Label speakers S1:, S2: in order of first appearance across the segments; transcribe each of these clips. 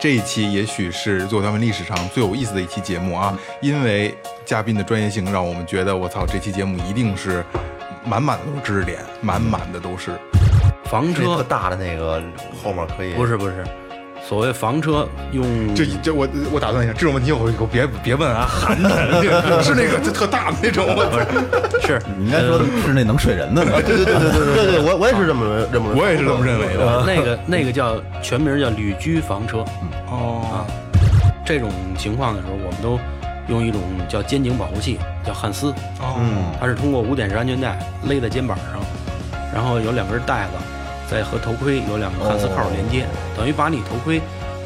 S1: 这一期也许是做他们历史上最有意思的一期节目啊，因为嘉宾的专业性让我们觉得，我操，这期节目一定是满满的都是知识点，满满的都是。
S2: 房
S3: 那特
S2: 车
S3: 大的那个后面可以
S2: 不是不是，所谓房车用
S1: 这这我我打断一下，这种问题我我别别问啊，含的是那个就特大的那种，我操
S2: 是
S4: 你应该说是那能睡人的呢。
S3: 对对对对对对对，我我也是这么认这么
S1: 我也是这么认为的。
S2: 那个 那个叫全名叫旅居房车。
S1: 哦，
S2: 这种情况的时候，我们都用一种叫肩颈保护器，叫汉斯，
S1: 嗯，
S2: 它是通过五点式安全带勒在肩膀上，然后有两根带子，再和头盔有两个汉斯扣连接，等于把你头盔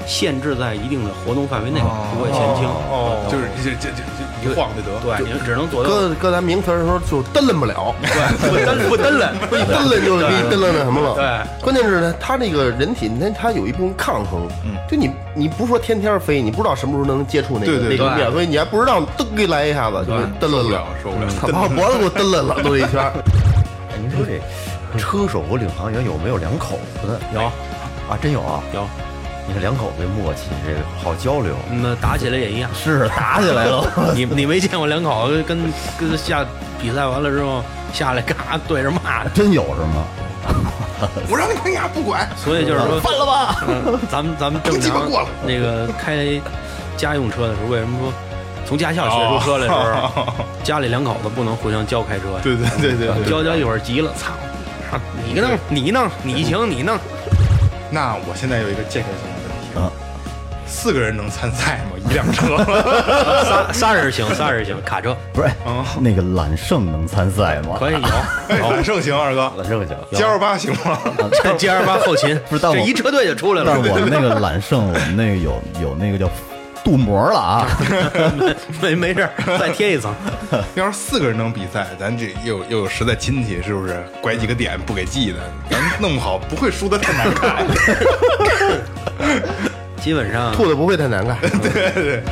S2: 限制在一定的活动范围内，
S1: 哦
S2: 不会前倾。
S3: 哦，
S1: 就是这这这这一晃就得。
S2: 对，你只能左右。
S5: 哦
S3: 搁搁咱名词儿的时候就蹬楞不了，
S2: 不蹬不蹬了，
S3: 不一蹬楞就一蹬楞那什么了。
S2: 对，
S3: 关键是呢，它那个人体，那它有一部分抗衡，就你你不是说天天飞，你不知道什么时候能接触那
S1: 嗯对
S3: 个
S1: 对
S3: 那
S1: 对
S3: 个面，所以你还不知道噔给来一下子，就是蹬
S1: 受
S3: 楞
S1: 不
S3: 了
S1: 了，，受不了。
S3: 操把我脖子给我蹬楞了，兜一圈儿。
S5: 哎您说这车手和领航员有没有两口子的？
S2: 有
S5: 啊，真有啊！
S2: 有，
S5: 你看两口子默契，这个好交流。
S2: 那嗯打起来也一样。
S4: 是 打起来了，
S2: 你你没见过两口子跟跟下比赛完了之后下来嘎对着骂 的，
S4: 真有是吗？
S1: 我让你看牙不管。
S2: 所以就是说
S4: 犯了吧？
S2: 嗯，咱们咱们 正
S1: 鸡巴
S2: 常
S1: 过了
S2: 那个开家用车的时候，为什么说从驾校学出车来的时候，
S4: 哦
S2: 家里两口子不能互相教开车呀？
S1: 对对对对对。
S2: 教教一会儿急了，操！啊你弄，你弄，你行，你弄。
S1: 那我现在有一个建设性的问题
S4: 啊，
S1: 四个人能参赛吗？一辆车？
S2: 仨 仨人行，仨人行，卡车
S4: 不是
S1: 嗯，
S4: 那个揽胜能参赛 吗？
S2: 可以
S1: 哎，
S2: 有。
S1: 揽胜行，二哥，
S5: 那这个叫
S1: 加二八行吗？
S2: 这 G 二八后勤，
S4: 不是但我
S2: 这一车队就出来
S4: 但是
S2: 了，
S4: 我们那个揽胜，我们那个有有那个叫镀膜了啊，
S2: 没没事儿，再贴一层。
S1: 要是四个人能比赛，咱这又又有实在亲戚，是不是？拐几个点不给记的，咱弄不好不会输的太难看。
S2: 基本上
S3: 兔子不会太难看，
S1: 对对，